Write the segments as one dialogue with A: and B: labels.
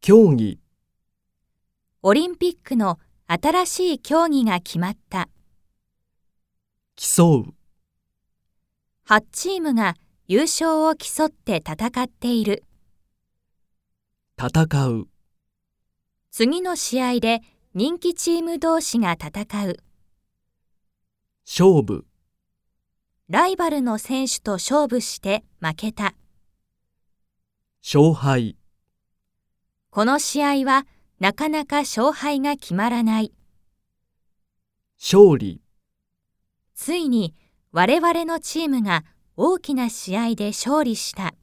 A: 競技、
B: オリンピックの新しい競技が決まった。
A: 競う、
B: 8チームが優勝を競って戦っている。
A: 戦う、
B: 次の試合で人気チーム同士が戦う。
A: 勝負、
B: ライバルの選手と勝負して負けた。
A: 勝敗、
B: この試合はなかなか勝敗が決まらない。
A: 勝利、
B: ついに我々のチームが大きな試合で勝利した。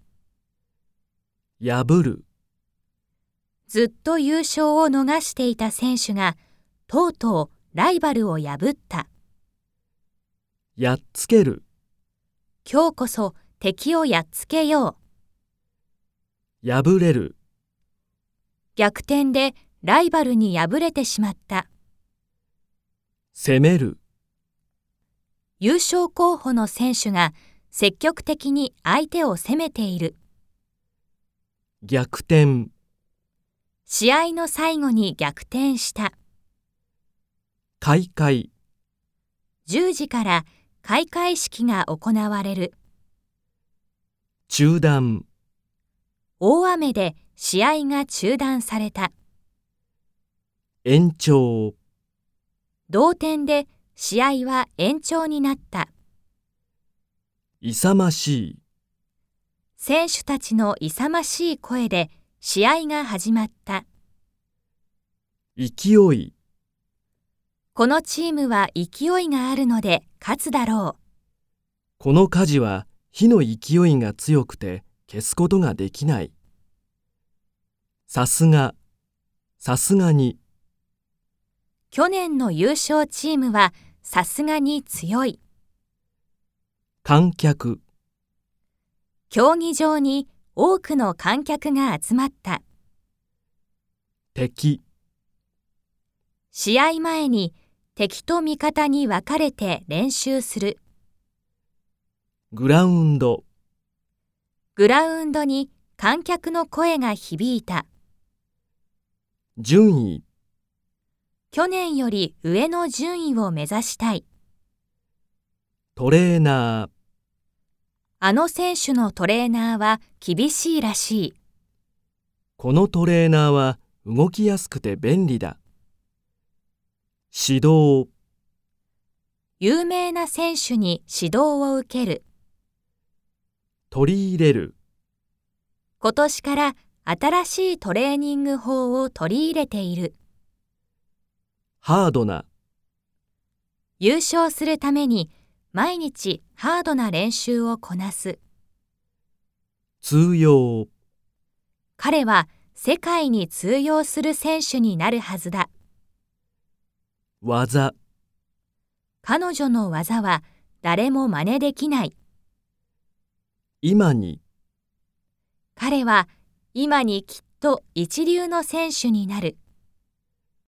A: 破る、
B: ずっと優勝を逃していた選手がとうとうライバルを破った。
A: やっつける、
B: 今日こそ敵をやっつけよう。
A: 破れる、
B: 逆転でライバルに敗れてしまった。
A: 攻める、
B: 優勝候補の選手が積極的に相手を攻めている。
A: 逆転、
B: 試合の最後に逆転した。
A: 開会、
B: 10時から開会式が行われる。
A: 中断、
B: 大雨で試合が中断された。
A: 延長、
B: 同点で試合は延長になった。
A: 勇ましい、
B: 選手たちの勇ましい声で試合が始まった。
A: 勢い、
B: このチームは勢いがあるので勝つだろう。
A: この火事は火の勢いが強くて消すことができない。さすが、さすがに、
B: 去年の優勝チームはさすがに強い。
A: 観客、
B: 競技場に多くの観客が集まった。
A: 敵、
B: 試合前に敵と味方に分かれて練習する。
A: グラウンド、
B: グラウンドに観客の声が響いた。
A: 順位、
B: 去年より上の順位を目指したい。
A: トレーナー、
B: あの選手のトレーナーは厳しいらしい。
A: このトレーナーは動きやすくて便利だ。指導、
B: 有名な選手に指導を受ける。
A: 取り入れる、
B: 今年から新しいトレーニング法を取り入れている。
A: ハードな、
B: 優勝するために毎日ハードな練習をこなす。
A: 通用、
B: 彼は世界に通用する選手になるはずだ。
A: 技、
B: 彼女の技は誰も真似できない。
A: 今に、
B: 彼は今にきっと一流の選手になる。